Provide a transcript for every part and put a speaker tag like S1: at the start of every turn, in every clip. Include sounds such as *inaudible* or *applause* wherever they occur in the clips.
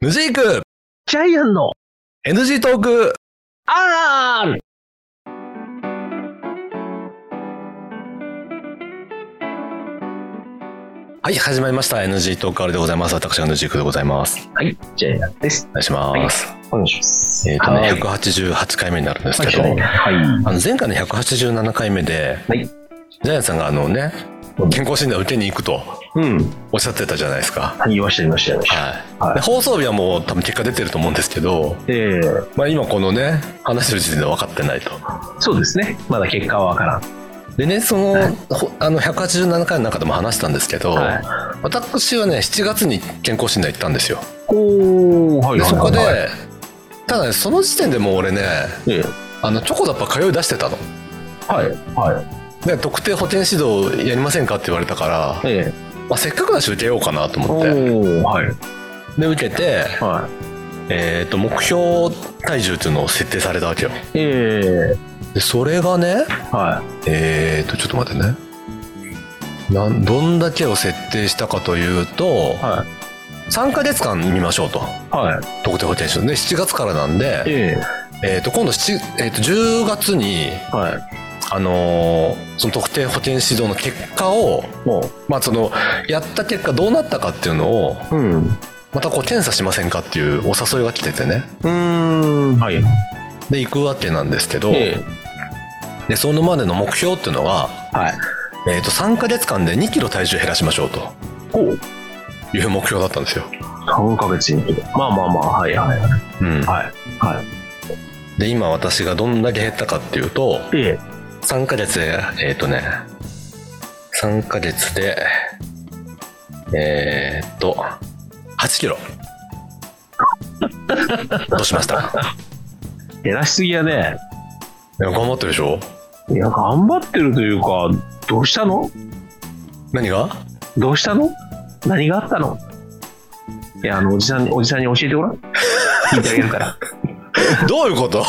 S1: ヌジーク
S2: ジャイアンの
S1: NG トーク
S2: R!
S1: はい、始まりました。NG トークあるでございます。私がヌジークでございます。
S2: はい、ジャイアンです
S1: お。願いします。
S2: お願いします
S1: えっ、
S2: はい
S1: とね、188回目になるんですけど、
S2: はい。
S1: あの前回の187回目で、
S2: はい
S1: ジャイアンさんがあのね
S2: うん、
S1: 健康診断受けに行くと
S2: うん。
S1: おっしゃってたじゃないですか。
S2: はい、言いました、言いました、言いました。
S1: はい。
S2: はい
S1: で放送日はもう多分結果出てると思うんですけど、
S2: えー、
S1: まあ今このね、話してる時点で分かってないと。
S2: そうですね。まだ結果はわからん。
S1: でね、その、
S2: はい
S1: ほあの187回の中でも話したんですけど、
S2: はい
S1: 私はね、7月に健康診断行ったんですよ。
S2: おー、は
S1: でそこで、
S2: はい
S1: ただねその時点でもう俺ね
S2: えー
S1: あのチョコだっぱ通い出してたの
S2: はい、はい。
S1: で特定補填指導やりませんかって言われたから、
S2: え
S1: まあ、せっかくだし受けようかなと
S2: ー、
S1: 思
S2: お
S1: って
S2: ー、はい、
S1: で受けて、
S2: は
S1: えー、と目標体重っていうのを設定されたわけよ
S2: い。え
S1: でそれがね
S2: ー、は
S1: えー、とちょっと待ってねなんどんだけを設定したかというと、
S2: い、は
S1: 3ヶ月間見ましょうと
S2: い、はい。
S1: 特定補填指導で7月からなんで、
S2: え
S1: えー、と今度7、えー、と10月に
S2: ー、はい。
S1: あのーその特定補填指導の結果を、
S2: も
S1: まあ、そのやった結果どうなったかっていうのを
S2: う、うん。う
S1: またこう検査しませんかっていうお誘いが来ててね
S2: ーん、はい。
S1: で行くわけなんですけど、
S2: えー、
S1: でそのまでの目標っていうのは、
S2: はい。
S1: えー、と3ヶ月間で2キロ体重減らしましょうと
S2: おー、
S1: いう目標だったんですよ。
S2: 3ヶ月に。まあまあまあ、はい、はい、はい。
S1: うん、
S2: はい、は
S1: で今私がどんだけ減ったかっていうと
S2: い。え
S1: 3ヶ月でえっ、とね3ヶ月でえー、っと8キロ *laughs* どうしました
S2: ー、減らしすぎやね。
S1: いや頑張ってるでしょ
S2: いや、頑張ってるというか、どうしたの
S1: 何が
S2: どうしたの何があったのいや、あの、おじさんに、おじさんに教えてご *laughs* らん。聞いてあげるから。
S1: ど *laughs* ういうこと
S2: いや、い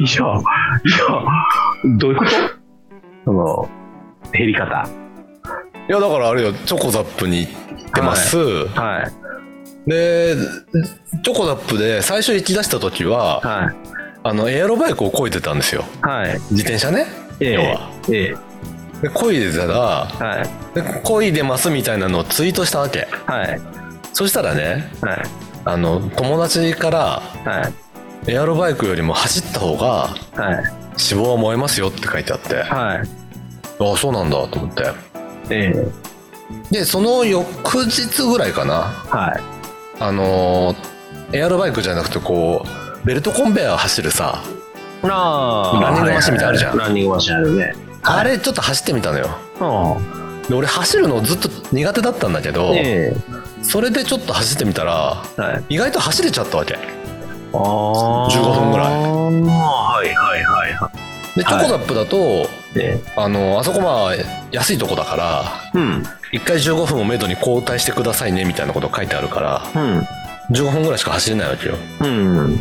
S2: や、どういうことその、減り方。
S1: いやだからあれよチョコザップに行ってます、
S2: はい。
S1: でチョコザップで最初行き出した時は
S2: はい。
S1: あのエアロバイクを漕いでたんですよ
S2: はい。
S1: 自転車ね
S2: え
S1: 要
S2: え
S1: は
S2: ええ
S1: で漕いでたら
S2: はい。
S1: で漕いでますみたいなのをツイートしたわけ
S2: はい。
S1: そしたらね
S2: はい。
S1: あの友達から
S2: はい。
S1: エアロバイクよりも走った方が
S2: はい。
S1: 脂肪は燃えますよって書いてあってあ
S2: はい。
S1: あそうなんだと思って
S2: ええ
S1: でその翌日ぐらいかな
S2: はい。
S1: あのーエアロバイクじゃなくてこうベルトコンベヤー走るさ
S2: な
S1: ランニングマシンみたいなのあるじゃん
S2: ランニングマシンあるね。
S1: あれちょっと走ってみたのよ
S2: うん。
S1: で俺走るのずっと苦手だったんだけど、
S2: え
S1: それでちょっと走ってみたら
S2: えはい。
S1: 意外と走れちゃったわけ
S2: ああ。
S1: 15分ぐらい
S2: はいはいはいは
S1: でチョコザップだと、
S2: い。え
S1: あのあそこまあ安いとこだから
S2: えうん。
S1: 1回15分をめどに交代してくださいねみたいなこと書いてあるから
S2: うん。
S1: 15分ぐらいしか走れないわけよ
S2: うん。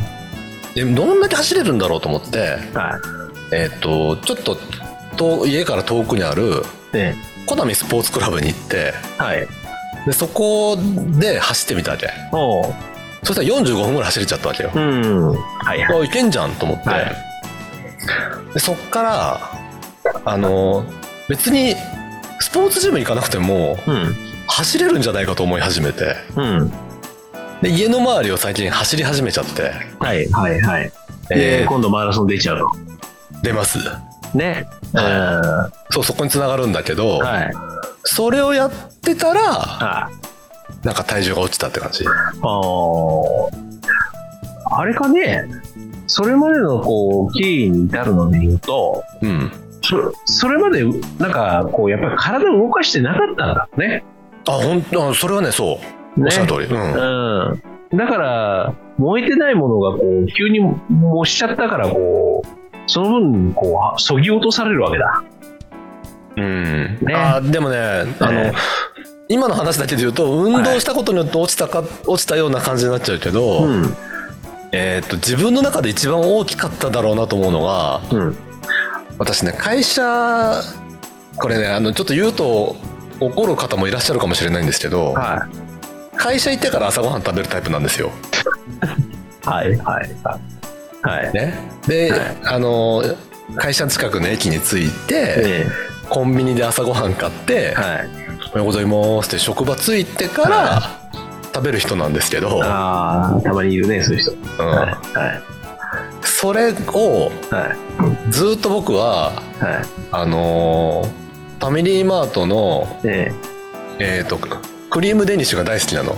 S1: でどんだけ走れるんだろうと思って
S2: は
S1: えーっ、とちょっと遠家から遠くにある
S2: い。ね。
S1: コナミスポーツクラブに行って
S2: はい。
S1: でそこで走ってみたわけ
S2: おう。
S1: そしたら45分ぐらい走れちゃったわけよ、
S2: うん。はいはい。
S1: あいけんじゃんと思って、
S2: はい
S1: でそっからあの別にスポーツジム行かなくても
S2: うん。
S1: 走れるんじゃないかと思い始めて
S2: うん。
S1: で家の周りを最近走り始めちゃって、
S2: はいはいはい。
S1: え
S2: で、今度マラソン出ちゃうの。
S1: ー出ます
S2: ね。うん。は
S1: そうそこにつながるんだけど、
S2: い。はい。
S1: それをやってたら
S2: あ
S1: なんか体重が落ちたって感じ
S2: ーあれかね。それまでのこう、経緯に至るので言うと、
S1: うん
S2: そそれまで、なんか、こう、やっぱり体を動かしてなかったんだね。
S1: あ本当それはねそう
S2: ね
S1: おっしゃる通り、うん
S2: うん。だから、燃えてないものが、こう、急に燃しちゃったから、こう、その分、こう、そぎ落とされるわけだ。
S1: うん
S2: ね
S1: あでもね、あの今の話だけで言うと運動したことによって落ちたか、落ちたような感じになっちゃうけど、
S2: ん。
S1: えーっと自分の中で一番大きかっただろうなと思うのが
S2: うん。
S1: 私ね会社これねあのちょっと言うと怒る方もいらっしゃるかもしれないんですけど、
S2: は
S1: 会社行ってから朝ごはん食べるタイプなんですよ。
S2: はいはいはい。はい。
S1: ね、で、
S2: はい
S1: あの会社の近くの駅に着いて、
S2: え
S1: コンビニで朝ごはん買って
S2: え、は
S1: おは
S2: い。
S1: ようございます」って職場着いてから、食べる人なんですけど、
S2: ああ、たまにいるね、そういう人。
S1: うん
S2: はいはい
S1: それを
S2: はい
S1: ずっと僕は
S2: はい。
S1: あのーファミリーマートの、
S2: ええ。
S1: えー、とクリームデニッシュが大好きなの、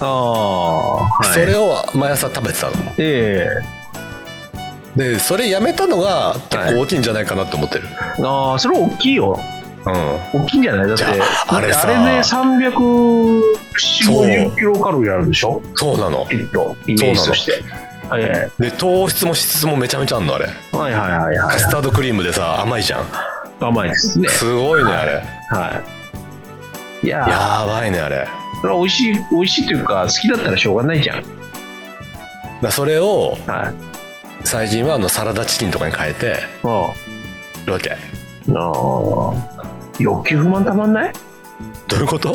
S2: ああ、はい。
S1: それを毎朝食べてたの
S2: え
S1: でそれやめたのが結構大きいんじゃないかなって思ってる、
S2: え。ああ、それ大きいよ。
S1: うん
S2: 大きいんじゃないだって、
S1: いやあれさ
S2: だってあれで350キロカロリーあるでしょ
S1: そうなの
S2: きっと、イメージとして。はいはい
S1: で糖質も脂質もめちゃめちゃあんのあれ
S2: はいはいは
S1: カ
S2: い
S1: ス。タードクリームでさ甘いじゃん
S2: 甘いですね。
S1: すごいねあれ
S2: はい。いやー
S1: やばいねあれだか
S2: それは美味しい、美味しいというか、好きだったらしょうがないじゃん。
S1: らそれを
S2: はい。
S1: 最近はあのサラダチキンとかに変えて
S2: う
S1: るわけ
S2: ん。ああ。欲求不満たまんない
S1: どういう
S2: *laughs*
S1: こと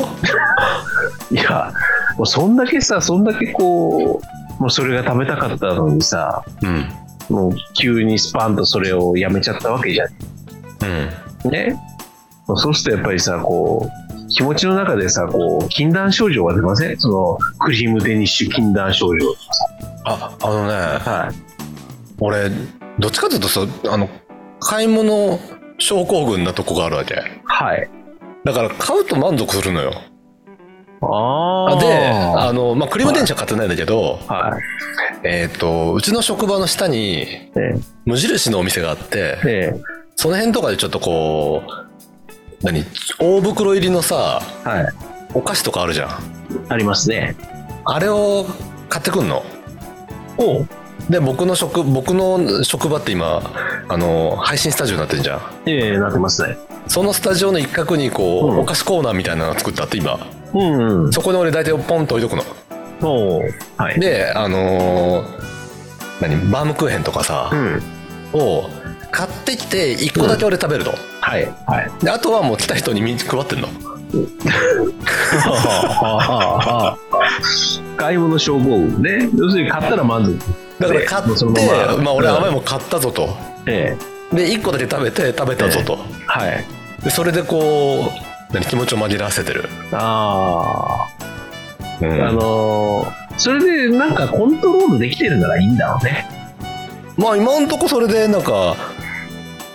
S2: いや、もうそんだけさ、そんだけこう、もうそれが食べたかったのにさ、
S1: うん
S2: もう急にスパンとそれをやめちゃったわけじゃん。
S1: うん
S2: ね。そうするとやっぱりさ、こう、気持ちの中でさ、こう、禁断症状が出ませんその、クリームデニッシュ禁断症状とか
S1: ああのね
S2: さ。はい。
S1: 俺どっちかというとさあの買い物症候群なとこがあるわけ
S2: はい。
S1: だから買うと満足するのよ
S2: あ
S1: あ
S2: あ。
S1: であの、まあ、クリーム電車買ってないんだけど、
S2: はい。
S1: えっとうちの職場の下に
S2: え
S1: 無印のお店があって
S2: え。え
S1: その辺とかでちょっとこう何大袋入りのさ
S2: え。はい。
S1: お菓子とかあるじゃん
S2: ありますね。
S1: あれを買ってくんの
S2: おう
S1: で僕の職僕の職場って今あの配信スタジオになってんじゃん
S2: ええなってますね。
S1: そのスタジオの一角にこう、
S2: うん
S1: お菓子コーナーみたいなのが作ってあって今
S2: うん、うん。
S1: そこに俺大体ポンと置いとくの
S2: おうはい。
S1: であのー何バームクーヘンとかさ
S2: う、ん。
S1: を買ってきて1個だけ俺食べるの、
S2: はい。 *laughs* はい。
S1: であとはもう来た人にみん配ってんの
S2: 買い物症候群ね。要するに買ったら満足。
S1: だから
S2: で
S1: 買っ
S2: もう
S1: て
S2: そのまま
S1: まあ俺甘い
S2: うん
S1: もん買ったぞと
S2: え
S1: で1個だけ食べて食べたぞと、
S2: え。はい。
S1: でそれでこう何気持ちを紛らわせてる、
S2: あ
S1: う
S2: あ、あ
S1: ん、
S2: のーそれでなんかコントロールできてるならいいんだろうね。
S1: まあ今んとこそれでなんか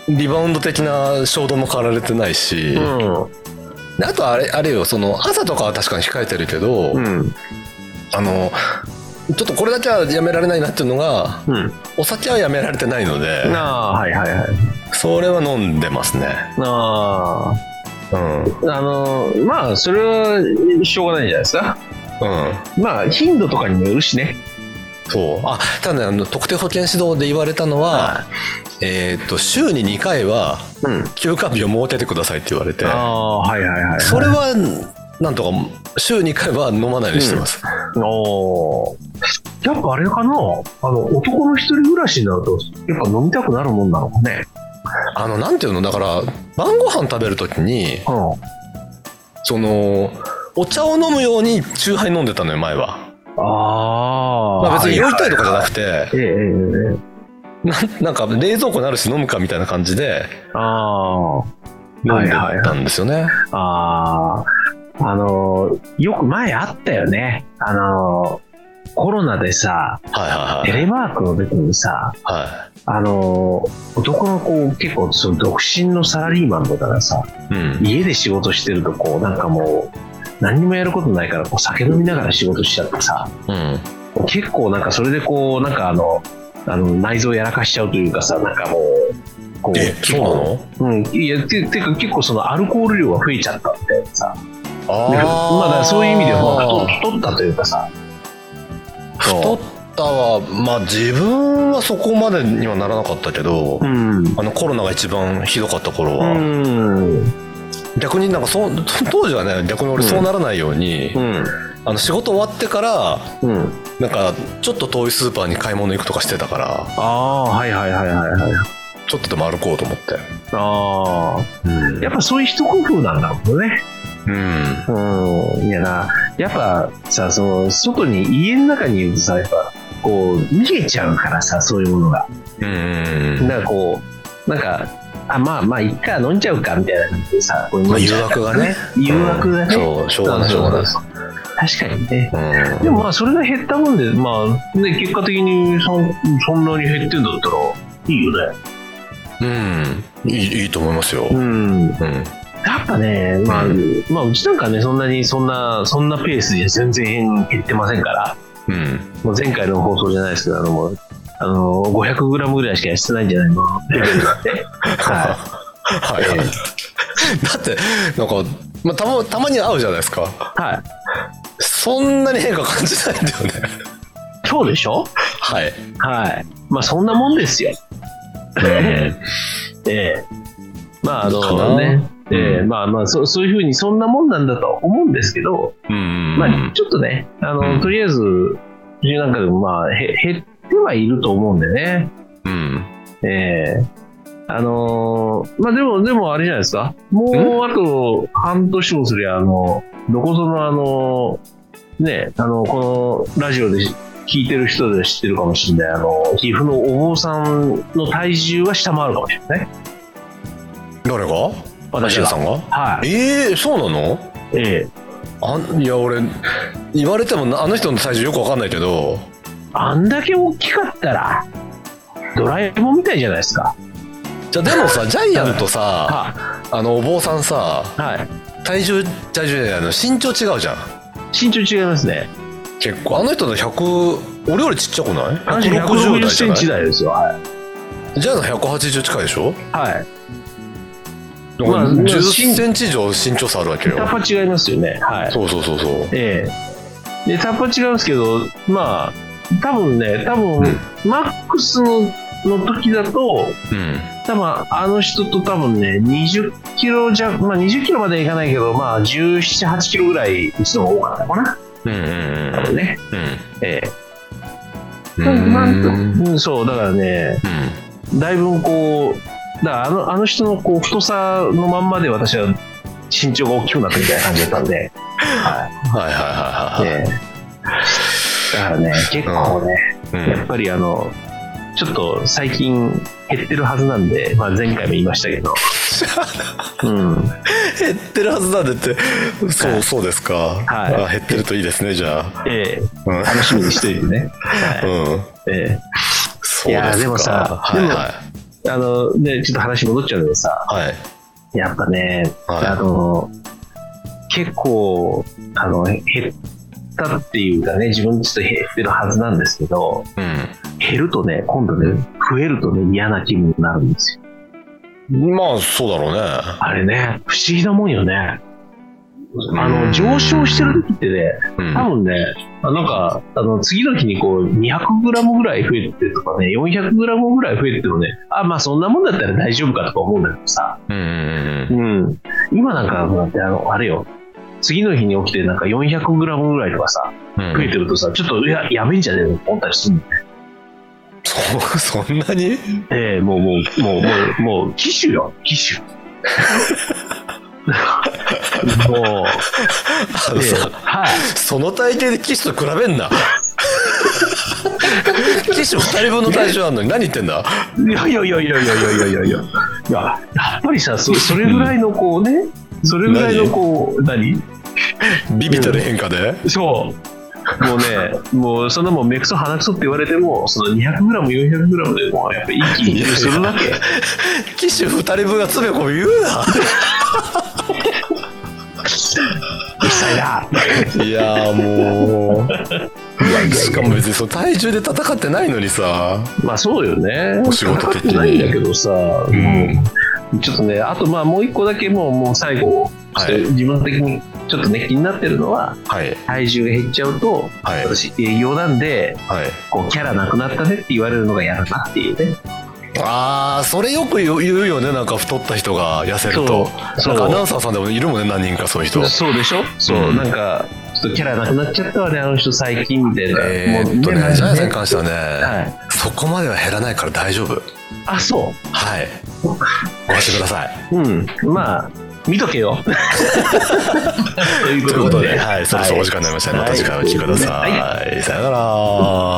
S1: リバウンド的な衝動も駆られてないし、であとあれあれよその朝とかは確かに控えてるけど、
S2: うん。うん。
S1: あのちょっとこれだけはやめられないなっていうのが
S2: うん。
S1: お酒はやめられてないので
S2: なあ、はいはいはい。
S1: それは飲んでますね
S2: な
S1: う
S2: あ、
S1: んうん
S2: あのーまあ、それはしょうがないじゃないですか。まあ、頻度とかにもよるしね。
S1: そうあただねあの特定保健指導で言われたのは、えーっと週に2回は
S2: うん。
S1: 休暇日を設けてくださいって言われて
S2: ああ、はいはいはい。
S1: それはなんとか週2回は飲まないようにしてます、
S2: おーやっぱあれかなあの男の一人暮らしになるとやっぱ飲みたくなるもんなのかね
S1: あのなんていうのだから晩ご飯食べるときに
S2: うん
S1: そのお茶を飲むように酎ハイ飲んでたのよ前は、
S2: あ
S1: まあ、別に酔い
S2: い
S1: たいとかじゃなくて
S2: ええええ
S1: な
S2: え
S1: んなんか冷蔵庫にあるし飲むかみたいな感じで
S2: えあ
S1: 飲んで
S2: はいはいはい
S1: たんですよね、
S2: ああああのよく前あったよねあのコロナでさ
S1: はいはい
S2: テ
S1: はい
S2: レワークの時にさ
S1: は
S2: あの男の子結構その独身のサラリーマンとかがさ
S1: いうん
S2: 家で仕事してるとこうなんかもう何にもやることないからこう酒飲みながら仕事しちゃってさ
S1: うん
S2: 結構なんかそれでこうなんかあのあの内臓やらかしちゃうというかさなんかもうこう
S1: え
S2: 結
S1: そうな
S2: 構
S1: の
S2: うんいやててか結構そのアルコール量が増えちゃったみたいなさ
S1: あ
S2: で *laughs* まあだからそういう意味では
S1: 太
S2: 太太ったというかさ
S1: 太ったはまあ自分はそこまでにはならなかったけど、
S2: うん
S1: あのコロナが一番ひどかった頃
S2: う
S1: は、
S2: ん
S1: 逆になんかそう当時はね逆に俺そうならないように、
S2: うん
S1: あの仕事終わってから
S2: うん
S1: なんかちょっと遠いスーパーに買い物行くとかしてたから
S2: ああはいはいはいはいはい
S1: ちょっとでも歩こうと思って、
S2: ああ
S1: うん
S2: やっぱそういう一工夫なんだもんね
S1: うん。
S2: うん、いやな、やっぱさ、その、外に、家の中にいるとさ、やっぱ、こう、逃げちゃうからさ、そういうものが。
S1: うん。
S2: なんかこう、なんか、あ、まあまあ、いっか、飲んじゃうか、みたいな感じでさ、こう
S1: まあ
S2: 飲んじ
S1: 誘
S2: ゃう
S1: 惑がね。
S2: *laughs* 誘惑がね。
S1: そう、しょうがない、しょうがないです。
S2: 確かにね。
S1: うん。
S2: でもまあ、それが減ったもんで、まあ、ね、結果的にそんそんなに減ってんだったら、いいよね。
S1: うん。いい、いいと思いますよ。
S2: ん。
S1: うん。
S2: やっぱね、まあ、
S1: う
S2: まあ、うちなんかね、そんなに、そんな、そんなペースで全然減ってませんから、
S1: うん。
S2: もう前回の放送じゃないですけど、あの、もうあの、500グラムぐらいしかやってないんじゃな
S1: *laughs*
S2: いのレベルなんで。は
S1: はいはい。だって、なんか、まあ、たま、たまに会うじゃないですか。
S2: い。はい。
S1: そんなに変化感じないんだよね。
S2: そうでしょ
S1: はい。
S2: はい。まあ、そんなもんですよ。ええ。ええまあ、
S1: か
S2: あ
S1: な
S2: の、ね。
S1: うん
S2: ええ、まあまあそう、そういうふうにそんなもんなんだとは思うんですけど、
S1: うん。
S2: まあ、ちょっとね、あの、
S1: うん
S2: とりあえず、うちなんかでもまあ、へ減ってはいると思うんでね。
S1: うん。
S2: ええあのーまあでも、でもあれじゃないですか。もうあと半年もすりゃ、あの、どこぞのあの、ね、あの、このラジオで聞いてる人で知ってるかもしれない、あの、岐阜のお坊さんの体重は下回るかもしれないね。
S1: 誰が
S2: 私
S1: シ
S2: が
S1: エさ。んが
S2: はい。
S1: ええそうなの
S2: ええ
S1: あんいや俺言われてもなあの人の体重よくわかんないけど
S2: あんだけ大きかったら、ドラえもんみたいじゃないですか。
S1: じゃあでも
S2: *laughs*
S1: さジャイアンとさ
S2: は
S1: あのお坊さんさ
S2: い。はい。
S1: 体重体重じゃないあの身長違うじゃん
S2: 身長違いますね。
S1: 結構あの人の100俺よりちっちゃくない160
S2: 160
S1: 代じゃ
S2: セン
S1: な
S2: チ
S1: い
S2: 台ですよ。はい。
S1: ジャイアンの180近いでしょ
S2: はい。
S1: だ
S2: ま
S1: か
S2: あ
S1: ら
S2: まあ
S1: 10
S2: 身
S1: センチ以上身長差あるわけよ
S2: タッパ違いますよね。はい。
S1: そうそうそうそう
S2: ええで、タッパ違うんですけど、まあ、多分ね、多分、
S1: うん
S2: マックスのの時だと、
S1: うん
S2: 多分あの人と多分ね、20キロじゃ、まあ20キロまではいかないけど、まあ17、8キロぐらい、うちの方が多かったかな。
S1: うんうんうん
S2: 多分ね。え
S1: う
S2: え
S1: んうん
S2: まあ
S1: うん
S2: うん、そう、だからね、だいぶこう、だからあのあの人のこう太さのまんまで私は身長が大きくなったみたいな感じだったんで、は
S1: はいはいはい
S2: い
S1: はい
S2: ええだからね、結構ね、
S1: うん
S2: やっぱりあの、ちょっと最近減ってるはずなんで、まあ、前回も言いました
S1: *laughs*
S2: けど、うん、
S1: 減ってるはずなんでってそう、そうですか、
S2: はい
S1: あ減ってるといいですねじゃあ
S2: ええ
S1: うん、うん、
S2: 楽しみにして
S1: *laughs*
S2: いてね、はえ
S1: そうですか
S2: いやでもさ
S1: はいはい
S2: えあのね、ちょっと話戻っちゃうんだけどさ、
S1: はい
S2: やっぱね、あ
S1: は
S2: の、結構、あの、減ったっていうかね、自分ちょっと減ってるはずなんですけど、
S1: い
S2: 減るとね、今度ね、増えるとね、嫌な気分になるんですよ。
S1: うんまあそうだろうね
S2: あれね、不思議なもんよね。あ
S1: うん
S2: の、上昇してる時ってね、
S1: うん
S2: 多分ね、あなんか、あの、次の日にこう、200グラムぐらい増えてとかね、400グラムぐらい増えてもね、あ、まあそんなもんだったら大丈夫かとか思うんだけどさ、
S1: うんうん
S2: うん。今なんか、だってあの、あれよ。次の日に起きてなんか400グラムぐらいとかさ、
S1: うん
S2: 増えてるとさ、ちょっと、いや、やべえんじゃねえの思ったりするの。
S1: そう *laughs* そんなに
S2: ええもう、もう、もう、もう、もう、機種よ、機 *laughs* 種。もう、
S1: あ
S2: え
S1: の
S2: え
S1: さ
S2: はい。
S1: その体型で騎士と比べん
S2: *laughs*
S1: な騎士2人分の体重あんのに何言ってんだ
S2: いやいやいやいやいやいやいやいやいやいややっぱりさ、そそれぐらいのこうね、それぐらいのこう、何
S1: ビビたる変化で
S2: そう。もうね、もうそんなもん目くそ鼻くそって言われても、その 200g、400g でもうやっぱ一気にするわけ。
S1: 騎士2人分がつべこべ言うな
S2: 一切だ。
S1: いやー
S2: *laughs*
S1: もうしかも別にその体重で戦ってないのにさ
S2: まあそうよね。
S1: お仕事的に
S2: 高くないんだけどさ、
S1: ん
S2: うんちょっとね、あとまあもう一個だけもうもう最後、
S1: はい
S2: ちょっと自分的にちょっとね、気になってるのは、
S1: はい
S2: 体重が減っちゃうと、
S1: はい
S2: 私、え余談で、
S1: はい
S2: こう、キャラなくなったねって言われるのが嫌だなっていうね。
S1: あーそれよく言う言うよねなんか太った人が痩せると
S2: そう
S1: なんか
S2: そう
S1: アナウンサーさんでもいるもんね何人かそういう人
S2: そうでしょそう、
S1: うん
S2: なんか、ちょっとキャラなくなっちゃったわね、あの人最近みたいな。
S1: えーっと
S2: もう
S1: ねジャイアンさんに
S2: ね
S1: 関してはね、
S2: はい。
S1: そこまでは減らないから大丈夫
S2: あ、そ。
S1: はいご安心くださいう
S2: うん。まあ、見とけ
S1: *laughs*
S2: よ。とい
S1: ということで、はい、そろそろお時間になりました。また次回お聞きください。さよなら。